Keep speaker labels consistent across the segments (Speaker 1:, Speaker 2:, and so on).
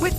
Speaker 1: With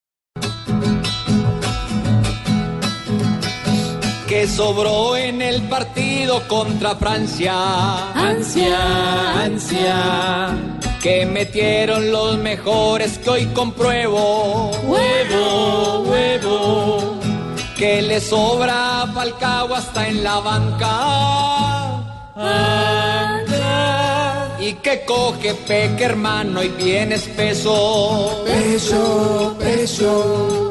Speaker 2: que sobró en el partido contra Francia. Ansia, ansia. Que metieron los mejores que hoy compruebo. Huevo, huevo. Que le sobra a Falcao hasta en la banca. Y que coge peque hermano y bien espeso. Peso, peso.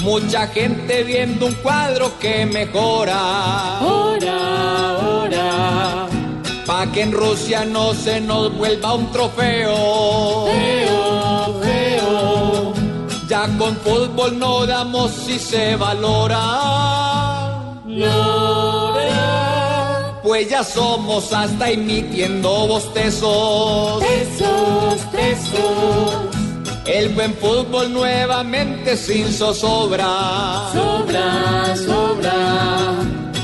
Speaker 2: Mucha gente viendo un cuadro que mejora. Hora, hora. Pa' que en Rusia no se nos vuelva un trofeo. Feo, feo. Ya con fútbol no damos si se valora. Lora. Pues ya somos hasta emitiendo bostezos. Besos, besos. El buen fútbol nuevamente sin zozobra. Sobra, sobra.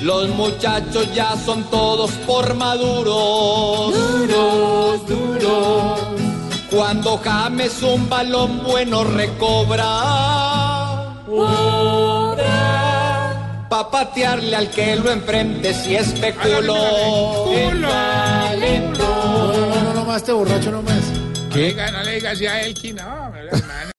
Speaker 2: Los muchachos ya son todos por maduros. Duros, duros. Cuando James un balón bueno recobra. Ora. Pa' patearle al que lo enfrente si especuló.
Speaker 3: No, no, no, no más, este borracho no más.
Speaker 4: ¿Qué? Oiga, no le digas ya a Elkin, no, hermano.